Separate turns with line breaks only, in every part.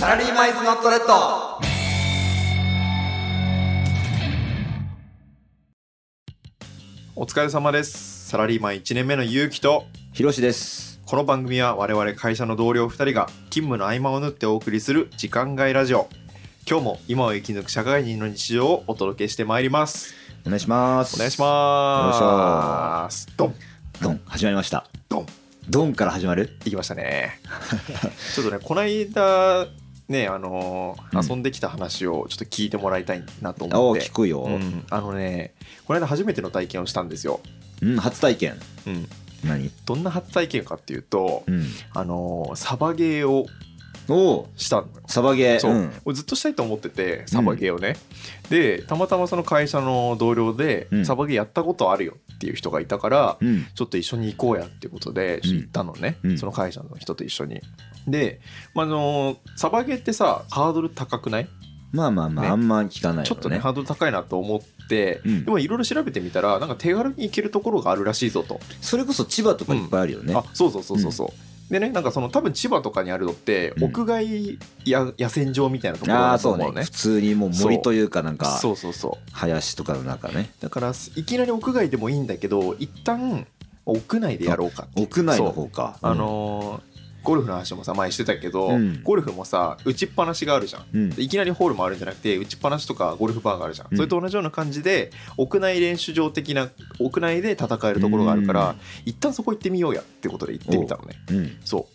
サラリーマイズノットレッド
お疲れ様です。サラリーマン1年目のゆうきと、
ひろしです。
この番組は我々会社の同僚2人が勤務の合間を縫ってお送りする時間外ラジオ。今日も今を生き抜く社会人の日常をお届けしてまいります。
お願いします。
お願いし
す。
ます。ドン
ドン、始まりました。
ドン
ドンから始まる
いきましたね。ちょっとね、こないだ、ね、あのー
うん
遊んできた話をちょっと聞いてもらいたいなと
お
思っ
お、
て
聞。くよ、
うん、あのね、この間初めての体験をしたんですよ。
うん。初体験。
うん、
何
どんな初体験かっていうと
う、ん。
あのーサバゲーを
おお、
したのよ。
サバゲー。
そう、
ん。
俺ずっとしたいと思っててサバゲーをね、でたまたまその会社の同僚で、
うん
サバゲーやったことあるよっていう人がいたから、
うん。
ちょっと一緒に行こうやっていうことでちょっと行ったのね、
うん
その会社の人と一緒に。で、まああのサバゲーってさハードル高くない、
まあまあまあ、
ね
あんま聞かないよね。
ちょっとねハードル高いなと思って、
うん
でもいろいろ調べてみたらなんか手軽に行けるところがあるらしいぞと。
それこそ千葉とかいっぱいあるよね。
あそうそうそうそうそう。でね、なんかその多分千葉とかにあるのって
うん
屋外や野戦場みたいなところ
あ
だ
あ、
と
そう
思うの
ね。
ね
普。通にもう森というか、なんか、
そうそうそう。
林とかの中ね。
だからいきなり屋外でもいいんだけど一旦屋内でやろうかっていう
屋内の
そう
方か。
あのーゴルフの話もさ前してたけど、
うん
ゴルフもさ打ちっぱなしがあるじゃん
うん、うん
で。いきなりホールもあるんじゃなくて打ちっぱなしとかゴルフバーがあるじゃん、
うん
それと同じような感じで屋内練習場的な屋内で戦えるところがあるから、
う
一旦そこ行ってみようやってことで行ってみたのね
うん。
そ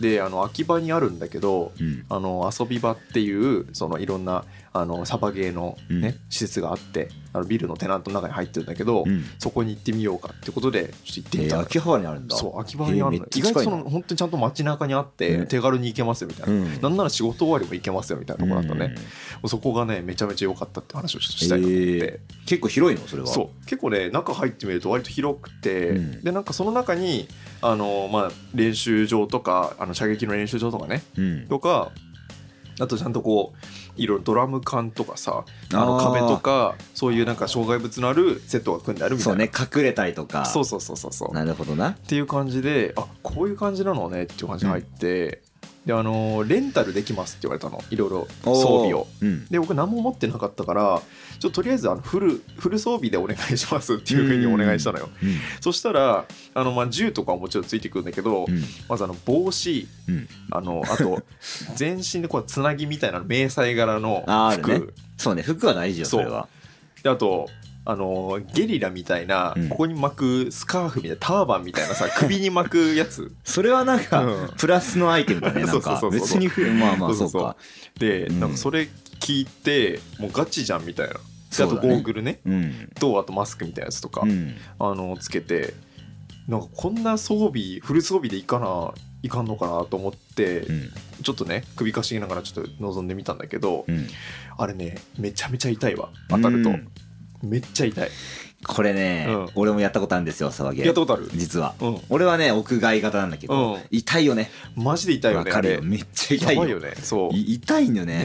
うであの秋葉にあるんだけど
うん。
あの遊び場っていうそのいろんなあのサバゲーの、ね
うん
施設があってあのビルのテナントの中に入ってるんだけど、
うん。
そこに行ってみようかってことでちょっと行ってみ
え
た
ー、
の、
秋葉原にあるんだ。
そう秋葉にあるの、
えーめっち
意
ゃ
外と
近い
そ
な
の本当にちゃんと街中にあって、
ね
手軽に行けますよみたいな、
うん。
なんなら仕事終わりも行けますよみたいなところだったね、
うん
も。うそこがねめちゃめちゃ良かったって話をちょっとしたいなと思って。
え結構広いのそれは。
そう結構ね中入ってみると割と広くて、
うん
でなんかその中にあの、まあ、練習場とかあの射撃の練習場とかね
う。うん。
とかあとちゃんとこういろいろドラム缶とかさあの
あー
壁とかそういうなんか障害物のあるセットが組んであるみた
そ
いうな
ね、隠れたりとか。
そうそうそうそうそうっ
なるほどな。
ていう感じであこういう感じなのねっていう感じで入って、であのレンタルできますって言われたのいろいろ
おー
装備を。。
うん。
で僕何も持ってなかったからちょっととりあえずあのフルフル装備でお願いしますっていうふうにお願いしたのよ、そしたらあの、まあ、銃とかはもちろんついてくるんだけど、
うん。
まずあの帽子
うん。
あのあと全身でこうつなぎみたいな迷彩柄の服
ああるねそうね、服は大事よ、
そ
そうれは。
であとあのゲリラみたいな、
うん
ここに巻くスカーフみたいなターバンみたいな さ首に巻くやつ
それはなんか、
うん
プラスのアイテムだね、な
そうそ
ん
うそう
か
そう。
別にふ、まあまあ、
そ
そうう
そうそう
か。
で、
うん
なんかそれ聞いてもうガチじゃんみたいなであ
そ
と
うだ
ゴ
ね
ーグルね
うん。
とあとマスクみたいなやつとか、
うん。
あのつけてなんかこんな装備フル装備でいかないかんのかなと思って、
うん。
ちょっとね首かしげながらちょっと望んでみたんだけど、
うん。
あれねめちゃめちゃ痛いわ当たると、
うん
めっちゃ痛い
これね、
うん
俺もやったことあるんですよ、騒ぎ。
やったことある
実は。
うん
俺はね、屋外型なんだけ
う
ど、
ん
痛いよね。
マジで痛いよ
わ
ね
か
あ
る
れ
よ。めっちゃ痛い
や
よ。
ばいよねそう
い痛いんだよね。
ね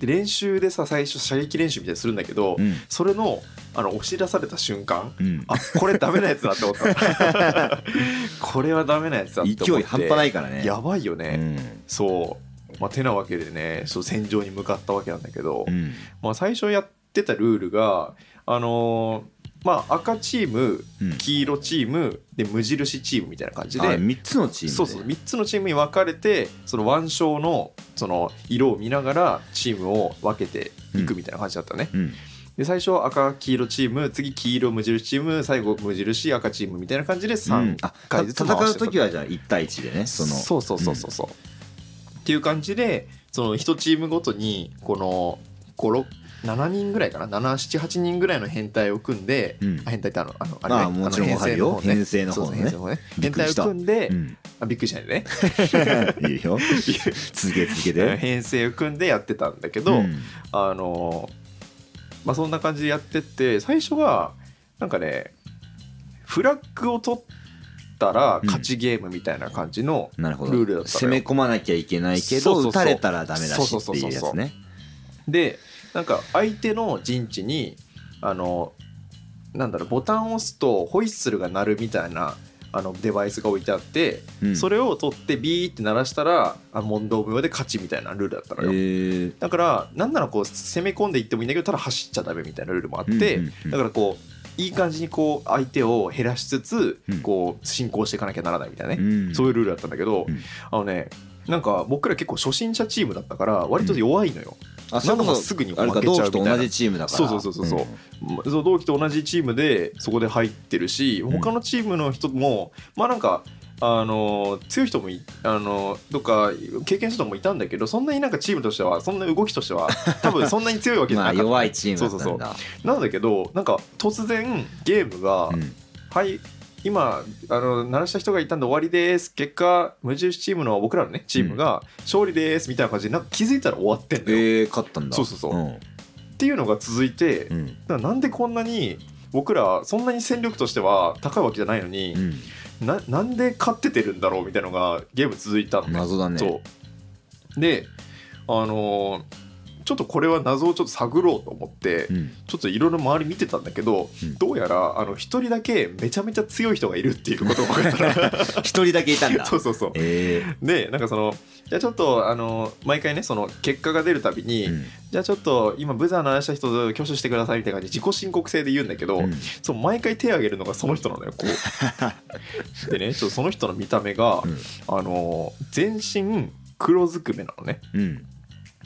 で練習でさ最初射撃練習みたいにするんだけど、
うん。
それのあの押し出された瞬間
うん。
あこれダメなやつだって思った これはダメなやつだって思
勢
って
い半端ないからね。
やばいよね、
うん。
そう、まあ、てなわけでねそう戦場に向かったわけなんだけど、
うん。
まあ、最初やってたルールがあのーまあ赤チーム
うん
黄色チームで無印チームみたいな感じ
あ
で。
3つのチームで。
そうそう3つのチームに分かれてその腕章のその色を見ながらチームを分けていくみたいな感じだったね、
うん。
で最初赤黄色チーム次黄色無印チーム最後無印赤チームみたいな感じで
うん
3
あ
回ずつ
戦
回
う
してた
時はじゃあ1対1でねその
そうそうそうそうそう、っていう感じでその1チームごとにこの5 6 7人ぐらいかな778人ぐらいの編隊を組んで、
うん
あ編隊ってあのあのあれ、
まあもちろん
あの
わかるよ
編
編
成
成
の
の
方
方
ね
ね
そうそう
び
編
っく
隊
り
を
した
組んで、
うん
あびっくりしたよね
いいよ続け続けて
編成を組んでやってたんだけど、
うん
あのまあそんな感じでやってって最初はなんかねフラッグを取ったら勝ちゲームみたいな感じの
なるほど
ルールだった
攻
の
め
よ、
込まなきゃいけないけ
そうそう
ど
そう
打たれたらダメだ
そう
し
そう
って
そう
い
そう
うやつね
でなんか相手の陣地にあのなんだろうボタンを押すとホイッスルが鳴るみたいなあのデバイスが置いてあって、
うん
それを取ってビーって鳴らしたらあ問答無用で勝ちみたいなルールだったのよ、
え
だからなんならこう攻め込んでいってもいいんだけどただ走っちゃダメみたいなルールもあって、
うんうんうん
だからこういい感じにこう相手を減らしつつ、
うん
こう進行していかなきゃならないみたいなね、
ー
そういうルールだったんだけど、
うん
あのねなんか僕ら結構初心者チームだったから割と弱いのよ、
あ
なんか
そ
すぐに
あれ
負
か
けち
同
ゃう
期
みたい
と
な
同じチームだから
そうそうそうそうそうんその同期と同じチームでそこで入ってるし
ん
他のチームの人も、まあなんかあの強い人もいあのとか経験した人もいたんだけどそんなになんかチームとしてはそんな動きとして は多分そんなに強いわけじゃ
ま
な
あ
かった、
弱いチームだったんだ
そうそうなんだけどなんか突然ゲームが「
うん
はい今あの鳴らした人がいたんで終わりです結果無印チームの僕らのねチームが勝利です」みたいな感じでなんか気づいたら終わってんだよ、
えー、勝ったんだ
そうそうそう
うん
っていうのが続いて、
うん
だからなんでこんなに僕らそんなに戦力としては高いわけじゃないのに、
うん
ななんで勝っててるんだろうみたいなのがゲーム続いたのね。
謎だね
そうであのーちょっとこれは謎をちょっと探ろうと思って、
うん
ちょっといろいろ周り見てたんだけど、
うん
どうやらあの一人だけめちゃめちゃ強い人がいるっていうことを分かったら
一人だけいたん だ
そうそうそう
えー
でなんかそのじゃあちょっとあの毎回ねその結果が出るたびに、
うん
じゃあちょっと今ブザー鳴らした人挙手してくださいみたいな感じで自己申告制で言うんだけど、
うん
そう毎回手挙げるのがその人なのよこ うでねちょっとその人の見た目が、
うん
あのー全身黒ずくめなのね
うん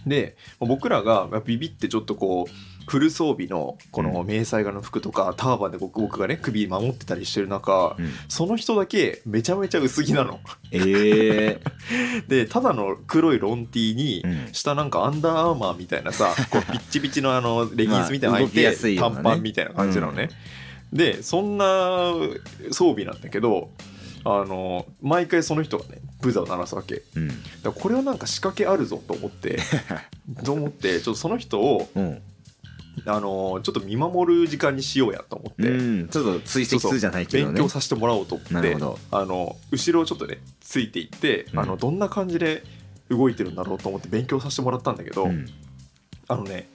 で僕らがビビってちょっとこうフル装備のこの迷彩柄の服とかターバンで僕僕がね首守ってたりしてる中
うん
その人だけめちゃめちゃ薄着なの
え ー
でただの黒いロンティーに、
うん
下なんかアンダーアーマーみたいな さこうピッチピチのあのレギンスみたいなの履い
まあ動き
て、
やすいようなね
短パンみたいな感じなのね、でそんな装備なんだけどあの毎回その人がねブザーを鳴らすわけだか
うん
らこれはなんか仕掛けあるぞと思って と思ってちょっとその人を
うん
あのちょっと見守る時間にしようやと思って、
うんちょっと追跡するじゃないけど
勉
ね
強させてもらおうと思っ
なる
て
ほど
あの後ろをちょっとねついていって、
うん
あのどんな感じで動いてるんだろうと思って勉強させてもらったんだけど、
うん
あのね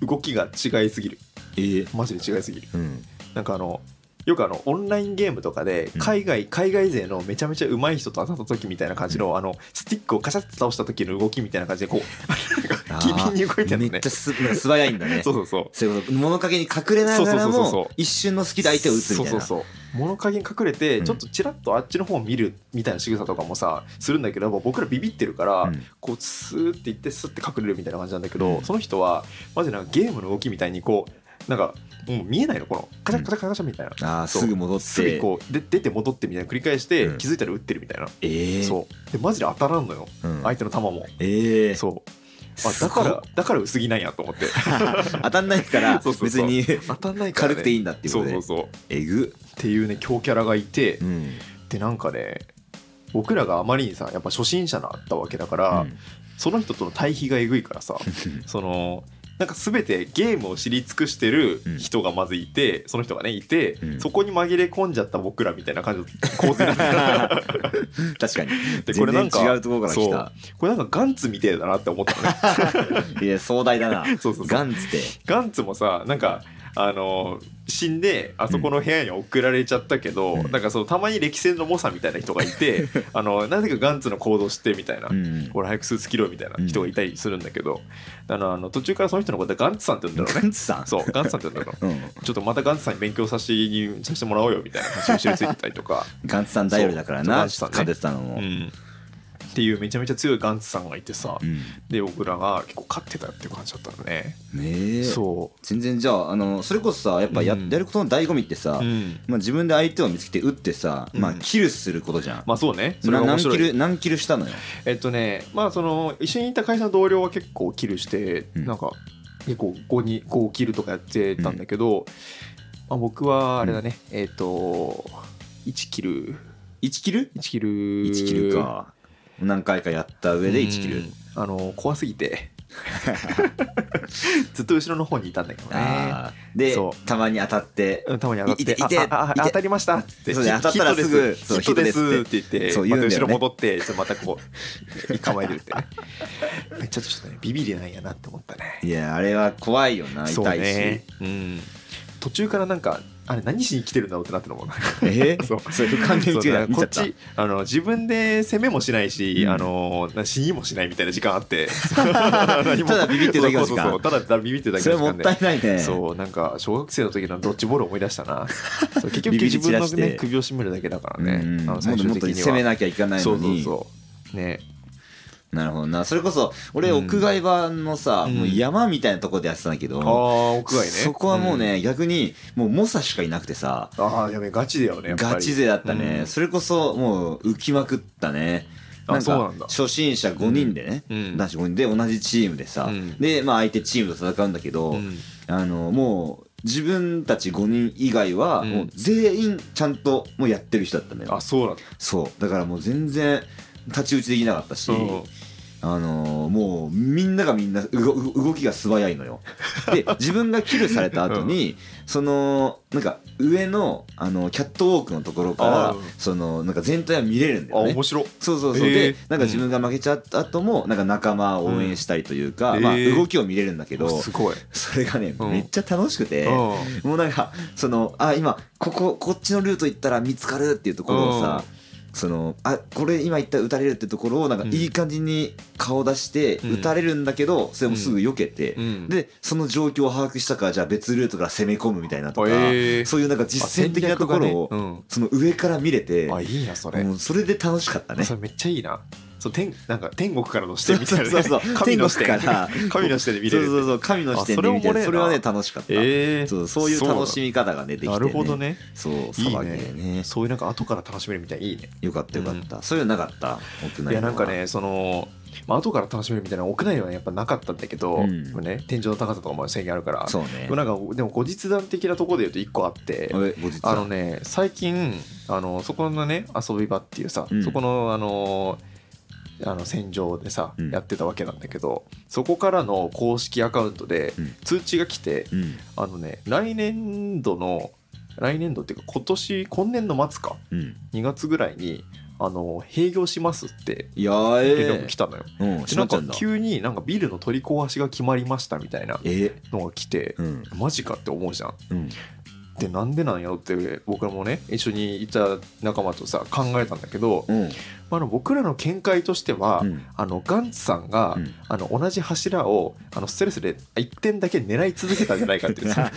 動きが違いすぎる
えー
マジで違いすぎる
うん
なんかあのよくあのオンラインゲームとかで
うん
海外、海外勢のめちゃめちゃ上手い人と当たった時みたいな感じの、あのスティックをカシャって倒した時の動きみたいな感じでこうなんか機敏に動いてるの
め
ね
っちゃすなんか素早いんだね
そうそうそう
そういうこと物陰に隠れながら
そうそうそう
も
そう
一瞬の隙で相手を打つみたいな
そうそうそう物陰に隠れて
うん
ちょっとちらっとあっちの方を見るみたいな仕草とかもさするんだけどもう僕らビビってるから、
うん
こうスーっていってスッて隠れるみたいな感じなんだけど、
うん
その人はマジなんかゲームの動きみたいにこうなんかもう見えないのこのカチャカチャカチャカチャみたいな、
ああ
そう
すぐ戻って
すぐこうで出て戻ってみたいな繰り返して、
うん
気づいたら打ってるみたいな、
ええ
そうでマジで当たらんのよ
うん
相手の球も、
ええ
そうあ
す
だ
ご
か
い
らだから薄着なんやと思って
当たんないから
そうそう
別
そう
に
当たんないから、ね、
軽くていい
い
んだっていう
そ
こと
う
で
そうそう
えぐ
っていうね強キャラがいて、
うん
でなんかね僕らがあまりにさやっぱ初心者だったわけだから、
うん
その人との対比がえぐいから さそのなんか全てゲームを知り尽くしてる人がまずいて、その人がねいて、
うん
そこに紛れ込んじゃった僕らみたいな感じの構成なんだ
確かに
でこ
全
れな
然
んか
違うところから来た
これなんかガンツみてえだなって思ったのね
いや壮大だな
そうそうそう
ガンツって
ガンツもさなんかあの死んであそこの部屋に送られちゃったけど、
うん
なんかそのたまに歴戦の猛者みたいな人がい てあのなぜかガンツの行動してみたいな、
うん
俺早くスーツ着ろよみたいな人がいたりするんだけど、あのあの途中からその人のことはガンツさんって言うんだろ
ガ
う ね
ンツさん
そうガンツさんって言うんだろう
うん
ちょっとまたガンツさんに勉強させにさせてもらおうよみたいな話を後ろについてたりとか、
ガンツさん頼りだからな
そうそうガンツさんね
勝ててたの
う
も
ん、っていうめちゃめちゃ強いガンツさんがいてさ、
うん
で僕らが結構勝ってたっていう感じだったのね、
ねえ
そ
全然じゃああのそれこそさやっぱや
うん
やることの醍醐味ってさ
う、うん、
まあ自分で相手を見つけて打ってさまあ
うん
キルすることじゃん
まあそうねそれ
な
が面
何キ
白い
ル何キルしたのよ
えっとねまあその一緒にいた会社の同僚は結構キルして、
うん
なんか結構 5, に5キルとかやってたんだけど、まあ、僕はあれだね、えっと1キル
1キル
1キル
?1 キルか何回かやった上で1キ
う
ル
んあの怖すぎ てずっと後ろの方にいたんだけどね
あーで
そ
たまに当たって
うんたまに上がっ
いて
て
いて
あああ
いて
当たりましたっつって
そうね
ヒ
当たったらすぐそう
ヒットですヒッ
ヒッ
トで
トで
すす
っ
ってて言って
そう言
ま
う
た
んだよね
後ろ戻ってちょっとまたこう構えるってねめっちゃちょっとねビビりなんやなって思ったね
いやあれは怖いよな
そう
痛いし
ね、うん、途中からなんかあれ何しに来てるんだろうってなってるもん
え
そう
それ完全に
そう
違
だから
う見
こ
ちゃ
っ
った
ちあの自分で攻めもしないし、
うん
あのな死にもしないみたいな時間あって 何も
ただビビってるだけの時間
そうそうそうただただビビってるだ
そ
け
れ
の時
も
間
っ
で
たいないね
そうなんか小学生の時のドッジボール思い出した なそう結局
ビビり
自
散
分
ら
の、
して
ね、首を絞めるだけだからね、
うんうん
あの
もっと
最終
もっ
的
と
には
攻めなきゃいかない
そ
の
うそう
に
そうね
なるほどなそれこそ俺
うん
屋外版のさ
うん
もう山みたいなとこでやってたんだけ
あ
ど
あ屋外ね
そこはもう、ね逆にもう猛者しかいなくてさ
うんああやべガチだよねやっぱり
ガチ勢だったね、
うん
それこそもう浮きまくったね
あ
なん
そう
か
なんだ
初心者5人でね、
うん
男子5人で同じチームでさ、
うん
でまあ相手チームと戦うんだけど、
うん
あのもう自分たち5人以外は
うん
もう全員ちゃんともうやってる人だったんだよ、
あそうなんだ
そうだからもう全然太刀打ちできなかったし、あのーもうみんながみんなうごう動きが素早いの よ。で自分がキルされた後に、そのなんか上のあのキャットウォークのところか
あ
ら
ー
そのなんか全体は見れるんだ
あ
よね
面。白い
そうそうそう、
へー
でなんか自分が負けちゃった後もなんか仲間を応援したりというか、
うん
まあ、
へー
動きを見れるんだけど、
すごい、
それがね、
うん
めっちゃ楽しくて。
うん
もうなんかそのあ今こここっちのルート行ったら見つかるっていうところをさ、そのあこれ今行ったら撃たれるってところをなんか
うん
いい感じに顔出して
うん
撃たれるんだけど、それもすぐ避けて、
うん
でその状況を把握したからじゃあ別ルートから攻め込むみたいなとか、
へー
そういうなんか実践的なところを、
あ戦略がね
その上から見れて
うん、あいいなそれ、
もうそれで楽しかったね
そ。れめっちゃいいなそう天なんか天国からの視点みたいな、ね、
そうそうそう
神の視点
天国から
神の視点で見
そ
れ
う
る
そうそう神の視点
あそ
で
れ
見てそ
おもれえ
れ
な
はね楽しかった、
えー
そうそういう
そうなんだ
楽しみ方がねできて、ね、
なるほどね
そう
いいね
騒ぎでね
そういうなんか後から楽しめるみたいいいね
よかったよかった、そういう のなかった屋内のはい
やなんかねその、まあ後から楽しめるみたいな屋内はやっぱなかったんだけど、
うん
ね、天井の高さとかも制限あるから
そうね
なんかでも後日談的なところで言うと1個あって
あれ後日
あのね最近あのそこのね遊び場っていうさ、
うん
そこのあのあの戦場でさ、
うん
やってたわけなんだけどそこからの公式アカウントで
うん
通知が来て、
うん
あのね来年度の来年度っていうか今年今年度末か
うん
2月ぐらいにあの閉業しますって
いやー
連
え
絡来たのよ、
えうんし
な
なんちゃ
か
んだ
急になんかビルの取り壊しが決まりましたみたいな
え
のが来て
う、ん
マジかって思うじゃん
うん
でなんでなんやろって僕らもね一緒にいた仲間とさ考えたんだけど、
うん
まあ、あの僕らの見解としては、
うん
あのガンツさんが、
うん
あの同じ柱をあのストレスで1点だけ狙い続けたんじゃないかって いうさ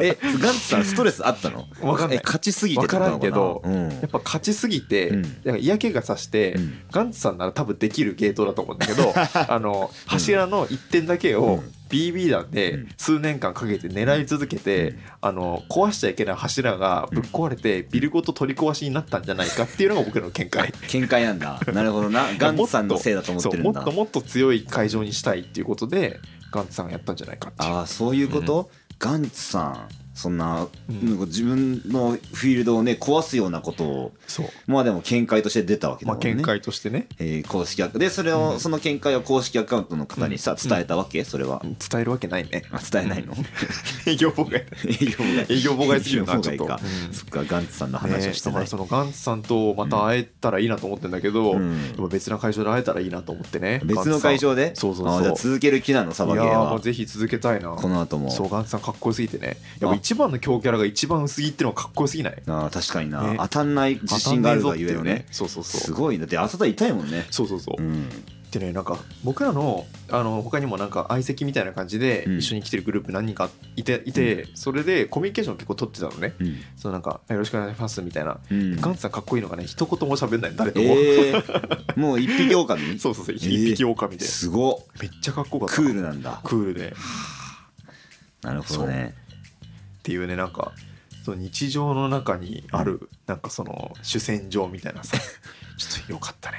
えガンツさんストレスあったの
わかんない
え勝ちすぎてってことなのかな
わか
うん
やっぱ勝ちすぎて、
うん
なんか嫌気がさして、
うん
ガンツさんなら多分できるゲートだと思うんだけど あの柱の1点だけ
う
を
ん
BB 弾で
うん
数年間かけて狙い続けて、
うん
あの壊しちゃいけない柱がぶっ壊れてビルごと取り壊しになったんじゃないかっていうのが僕らの見解
見解なんだなるほどな ガンツさんのせいだと思ってるん
そ
だ
うもっともっと強い会場にしたいっていうことでガンツさんがやったんじゃないかっていう
ああそういうこと、ガンツさんそんな,、
うん
なんか自分のフィールドをね壊すようなことを
そう、
まあでも見解として出たわけだ
ま
も
あ、
んね、
見解としてね
えー公式アカでそれを、
うん
その見解を公式アカウントの方にさ
うん
伝えたわけ、それは、
伝えるわけないね
あ伝えないの
営業妨害
営業妨害
営業妨害すぎるな
営業
ちょっ
妨害
と
か、
うん
そっかガンツさんの
ね
話をしてない、
だからそのガンツさんとまた会えたらいいなと思ってんだけど、
うん
やっぱ別な会場で会えたらいいなと思ってね
別の会場
で
で
そうそうそう
あーじゃあ続ける気なのサバ
い
ゲ
や
ー
ーも
は
うぜひ続けたいな
この後も
そうガンツさんかっこよすぎてねやっ
あ
ぱ一番の強キャラが一番薄着ってのはかっこよすぎない
あー確かにな、
ね
当たんない自信があるがゆえ
当た
の
んねえぞっていうそ
ね
うそうそう
すごいなで当たったら痛いもんね
そうそうそう、
うん
でねなんか僕らのあの他にもなんか相席みたいな感じで
うん
一緒に来てるグループ何人かいていて、それでコミュニケーション結構取ってたのね
うん
そのなんか「よろしくお願いします」みたいな、
うん
ガンツさんかっこいいのがね一言も喋んない誰とも、
えー、もう一匹狼
そうそうそう一
えー
匹狼で、
すごっ
めっちゃかっこよかった
クールなんだ
クールでっ
なるほどね
ていうねなんかその日常の中にあるなんかその主戦場みたいな さちょっとよかったね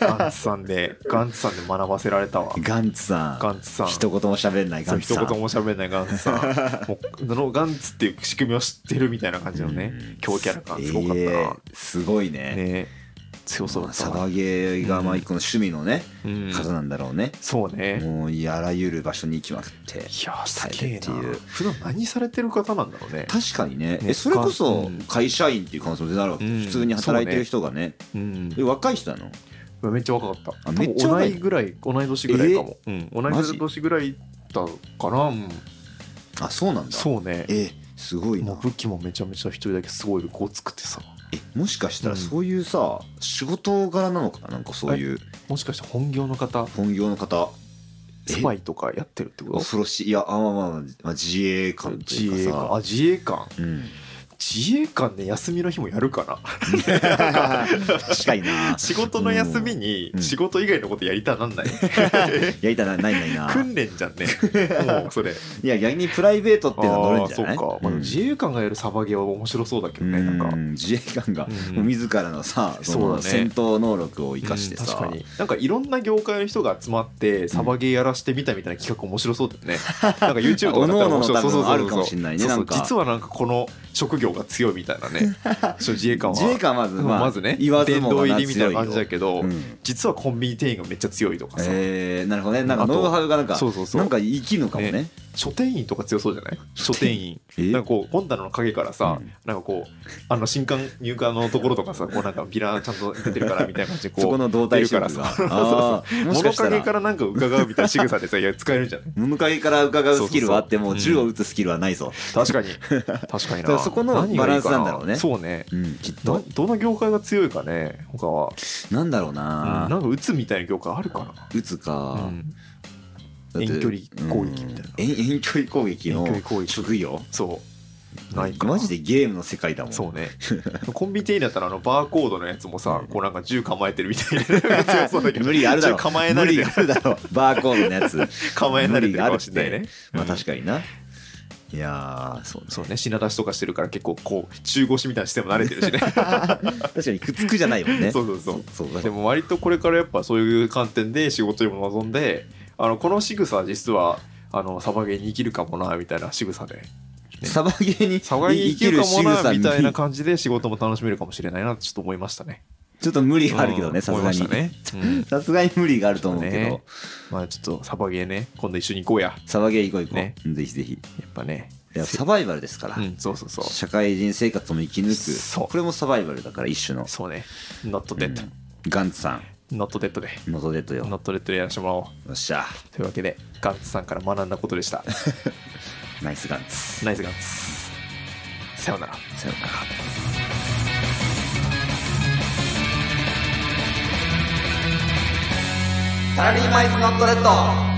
ガンツさんでガンツさんで学ばせられたわ
ガンツさん
ガンツさん
一言も喋んない
そ
ガ
う
ンツ
一
さん
言も喋んないガンツ さんもうそのガンツっていう仕組みを知ってるみたいな感じのね
うん
強キャラ感すごかったな、
えーすごいね
ね強そうだ
まあ
った
サ
な
バゲーがまあ一個の趣味のね、
うん
方なんだろうね、
そうね
もういやあらゆる場所に行きまくって
いやーすげえ
伝える
な
っていう
普段何されてる方なんだろうね
確かに
ね
ねえそれこそ
うん
会社員っていう可能性も出なるわけ、
うん
普通に働いてる人がね
うん
え若い人なの
うわめっちゃ若かった
あ
多
めっ
分
ちゃ若
同
い
いぐらい同い年ぐらいかも、うん、同
マ
い
ジ
年ぐらいだから、うん
あそうなんだ
そうね
えすごい
も
な
う武器もめちゃめちゃ一人だけすごいごつくてさ
えもしかしたら
うん
そういうさ、仕事柄なのかななんかそういう
もしかして本業の方
本業の方え
スパイとかやってるってこと
恐ろしいいやあまあまあ、まあ、自衛官とい
自
う
衛官あ
か
自衛官
さ、うん、
自衛官で休みの日もやるかな
確か にな
仕事の休みに
うん
仕事以外のことやりた なんない
やりたいなないないな
訓練じゃん ねもうそれ
いや逆にプライベートっていうのは乗るんじゃな
あ
い
ーそうか、まあ、
うん
自衛官がやるサバゲーは面白そうだけどね、なん
う
か。
ん自衛官が
うん
もう自らのさ、そ
そ
の
うだね
戦闘能力を生かしてさ、
うん確かになんかいろんな業界の人が集まってサバゲーやらしてみたみたいな企画面白そうだよね、なんか YouTube とかだったら 面白そう
各々の
そう
多分
そうそうそう
あるかもしんないね
そうそう
なんか
実はなんかこの職業が強いみたいな ねそう自衛官は
自衛官はまず、
ま
まあ、
まずね
言わず
殿
もが
堂
な
入
強
りみたいな感じだ
ど、
けど、
うん
実はコンビニ店員がめっちゃ強いとかさ、
えー、なるほどねなんか
あと
ノウハウがなんか
そうそうそう
なんか生きるのかもね
ね書店員とか強そうじゃない書店 員
え
なんかこう本棚の陰からさ、
うん
なんかこうあの新刊入荷のところとかさこうなんかビラちゃんと出てるからみたいな感じでこう
そこの動体視
出るか
力が
らさ
あ ーもしか
物
した
陰かららなんか伺うみたいな仕草でさいや使えるんじゃない
物陰から伺うスキルはあって
そ
も
うそうそう
銃を撃つスキルはないぞ、
確 かに確かに
だから
な
そこの
何がいいか
バランスなんだろうね
そうね
うんきっ
ど
と
どの業界が強いかね他は、
なんだろう
うん、な
な、
んか打つみたいな業界あるか
撃つ
な、
か
う、ん
だって
遠距離攻撃みたいな
うん遠遠距離攻撃の
遠距離攻撃
職業
そうないかな
マジでゲームの世界だもん
そうね コンビニ店員だったらあのバーコードのやつもさこうなんか銃構えてるみたいな 強そうだけど
無理あるだろ
銃構え慣れてる
無理あるだろバーコードのやつ
構え慣れてるかもしれないね
まあ確かにないやーそう
そうね品出しとかしてるから結構こう中腰みたいな姿勢も慣れてるしね
確かにくっつくじゃないもん ね
そうそうそう
そうだ
でも割とこれからやっぱそういう観点で仕事にも臨んであのこの仕草は実はあのサバゲーに生きるかもなみたいな仕草で
サバゲーに
サバゲーに生きるかも
仕草
な
に
みたいな感じで仕事も楽しめるかもしれないなってちょっと思いましたね
ちょっと無 理があるけどねさす
う
が
ん思い
に
ましたねうん
さすがに無理があると思うけど
ねまあちょっとサバゲーね今度一緒に行こうやや
サバゲー行こう行こ
ね
うぜひぜひ
っぱね
いやサバイバルですから
うんそうそうそう
社会人生活も生き
そ
抜
う
くこれもサバイバルだから一種の
そうね Not Dead、
うんガンツさ
Not Dead で
んのぞでとよ
Not Dead でやらせてもらおう
よっしゃ
というわけでガンツさんから学んだことでした
ナイスガンツ
ナイスガンツさようなら
さよなら
サラリーマイズノットレッド